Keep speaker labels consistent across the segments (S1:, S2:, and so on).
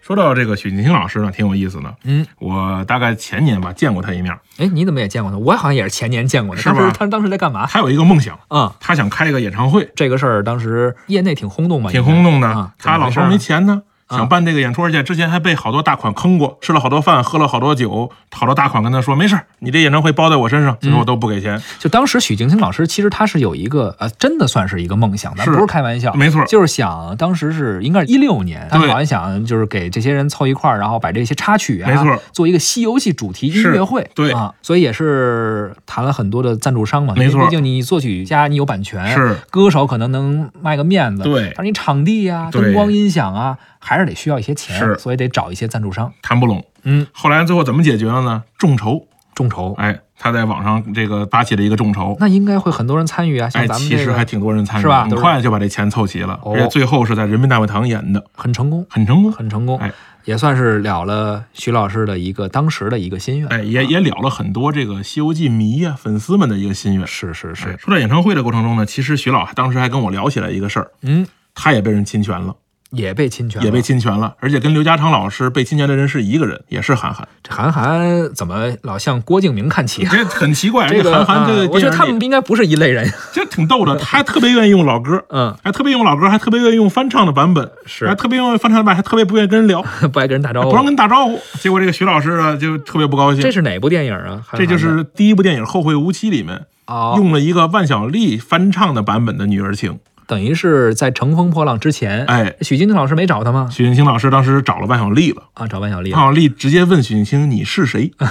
S1: 说到这个许晋清老师呢，挺有意思的。
S2: 嗯，
S1: 我大概前年吧见过他一面，
S2: 哎，你怎么也见过他？我好像也是前年见过的。
S1: 是吧
S2: 当时他当时在干嘛？
S1: 他有一个梦想，
S2: 啊、
S1: 他想开一个演唱会，
S2: 这个事儿当时业内挺轰动吧？
S1: 挺轰动
S2: 应该啊
S1: 的。他老说没钱呢，
S2: 啊
S1: 想办这个演出，而且之前还被好多大款坑过，吃了好多饭，喝了好多酒，好多大款跟他说没事儿，你这演唱会包在我身
S2: 嗯
S1: 上，最后都不给钱。
S2: 就当时许镜清老师其实他是有一个呃，真的算是一个梦想，咱
S1: 是
S2: 不是开玩笑，
S1: 没错
S2: 就是想当时是应该是一六年，他
S1: 对
S2: 好像想就是给这些人凑一块儿，然后把这些插曲啊，
S1: 没错
S2: 做一个西游记主题音乐会，
S1: 对
S2: 啊，所以也是谈了很多的赞助商嘛，
S1: 没
S2: 因为
S1: 错
S2: 毕竟你作曲家你有版权，
S1: 是
S2: 歌手可能能卖个面子，
S1: 对
S2: 但是你场地啊、
S1: 对
S2: 灯光、音响啊，还是得需要一些钱
S1: 是，
S2: 所以得找一些赞助商，
S1: 谈不拢。
S2: 嗯，
S1: 后来最后怎么解决了呢？众筹，
S2: 众筹，
S1: 哎，他在网上这个发起了一个众筹。
S2: 那应该会很多人参与啊，像
S1: 哎，
S2: 咱们
S1: 其
S2: 这
S1: 实还
S2: 个
S1: 挺多人参与，
S2: 是吧
S1: 很快就把这钱凑齐了，
S2: 哦
S1: 而且最后是在人民大会堂演的，
S2: 很成功。
S1: 很成功。
S2: 很成功，
S1: 哎
S2: 也算是了了徐老师的一个当时的一个心愿。
S1: 哎，也也了了很多这个《西游记》迷呀、粉丝们的一个心愿。
S2: 是是是，
S1: 哎，说到演唱会的过程中呢，其实徐老当时还跟我聊起来一个事儿，
S2: 嗯，
S1: 他也被人侵权了，
S2: 也被侵权了，
S1: 也被侵权了，而且跟刘家昌老师被侵权的人是一个人，也是韩寒。
S2: 这韩寒怎么老向郭敬明看齐啊？
S1: 哎这很奇怪，
S2: 这个
S1: 韩寒这
S2: 啊
S1: 个
S2: 我觉
S1: 电
S2: 得
S1: 影
S2: 他
S1: 里
S2: 们应该不是一 类人。
S1: 这挺逗的，他还特别愿意用老歌。
S2: 嗯，
S1: 还特别用老歌，还特别愿意用翻唱的版本，
S2: 是哦
S1: 还特别愿意翻唱的版，还特别不愿意跟人聊，还
S2: 不爱跟人打招
S1: 不让跟
S2: 呼。
S1: 人打招呼。结果这个徐老师呢，就特别不高兴。
S2: 这是哪部电影啊？韩寒的
S1: 这就是第一部电影《后会无期》里面
S2: 哦，
S1: 用了一个万晓利翻唱的版本的《女儿情》。
S2: 等于是在《乘风破浪》之前，
S1: 哎，
S2: 许金星老师没找他吗？
S1: 许云清老师当时找了万晓利了，
S2: 啊，找万晓利
S1: 万晓利直接问许云清：“你是谁？”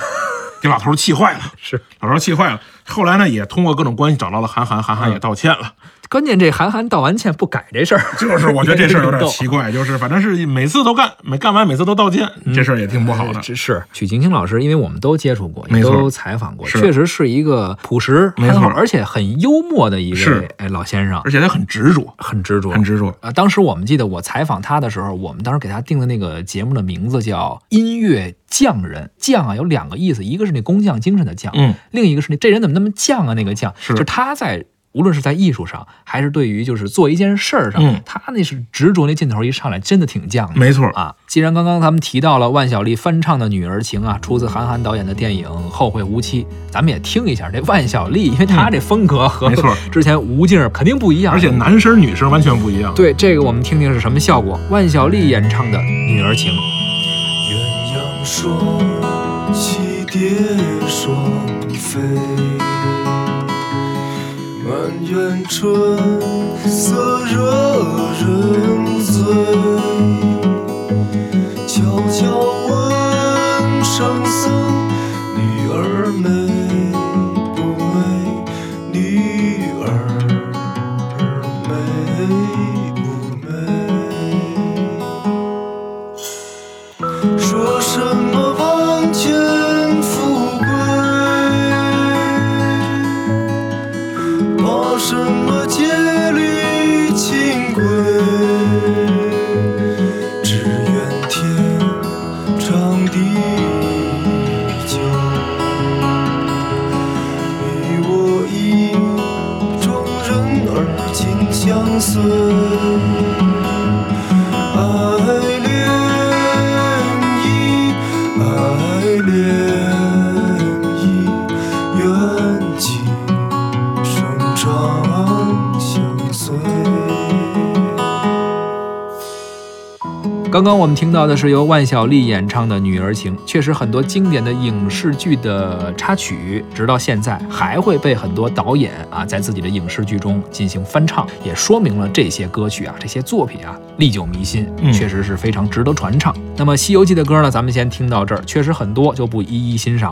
S1: 给老头儿气坏了，
S2: 是。
S1: 老头儿气坏了。后来呢，也通过各种关系找到了韩寒，韩寒也道歉了。
S2: 关键这韩寒道完歉不改这事儿，
S1: 就是我觉得这事儿有 点奇怪， 嗯就是反正是每次都干，每干完每次都道歉，呃这事儿也挺不好的。
S2: 这是许晴晴老师，因为我们都接触过，也
S1: 没错
S2: 都采访过，
S1: 是
S2: 确实是一个朴实、
S1: 没错
S2: 很好而且很幽默的一位
S1: 是
S2: 哎老先生，
S1: 而且他很执着，
S2: 很执着。
S1: 很执着。
S2: 啊，当时我们记得我采访他的时候，我们当时给他定的那个节目的名字叫《音乐匠人》，匠啊有两个意思，一个是那工匠精神的匠，
S1: 嗯，
S2: 另一个是那这人怎么那么犟啊？那个犟，
S1: 是
S2: 就他在无论是在艺术上，还是对于就是做一件事儿上，
S1: 嗯
S2: 他那是执着那劲头一上来，真的挺犟的。
S1: 没错
S2: 啊，既然刚刚咱们提到了万晓利翻唱的《女儿情》啊，出自韩寒导演的电影《后会无期》，咱们也听一下这万晓利，因为他这风格和
S1: 嗯没错
S2: 之前吴静儿肯定不一样，
S1: 而且男声女声完全不一样。
S2: 对这个我们听听是什么效果。万晓利演唱的《女儿情》。
S3: 鸳鸯双栖蝶双飞，满园春色惹人醉。悄悄问圣僧，女儿美不美？女儿美不美？说什么王权富贵，怕什么戒律清规，只愿天长地久，你我意中人儿紧相随。爱恋意，爱恋意，愿今生长相随。
S2: 刚刚我们听到的是由万晓利演唱的《女儿情》，确实很多经典的影视剧的插曲，直到现在还会被很多导演啊在自己的影视剧中进行翻唱，也说明了这些歌曲啊、这些作品啊历久弥新，
S1: 嗯
S2: 确实是非常值得传唱。那么《西游记》的歌呢，咱们先听到这儿，确实很多就不一一欣赏了。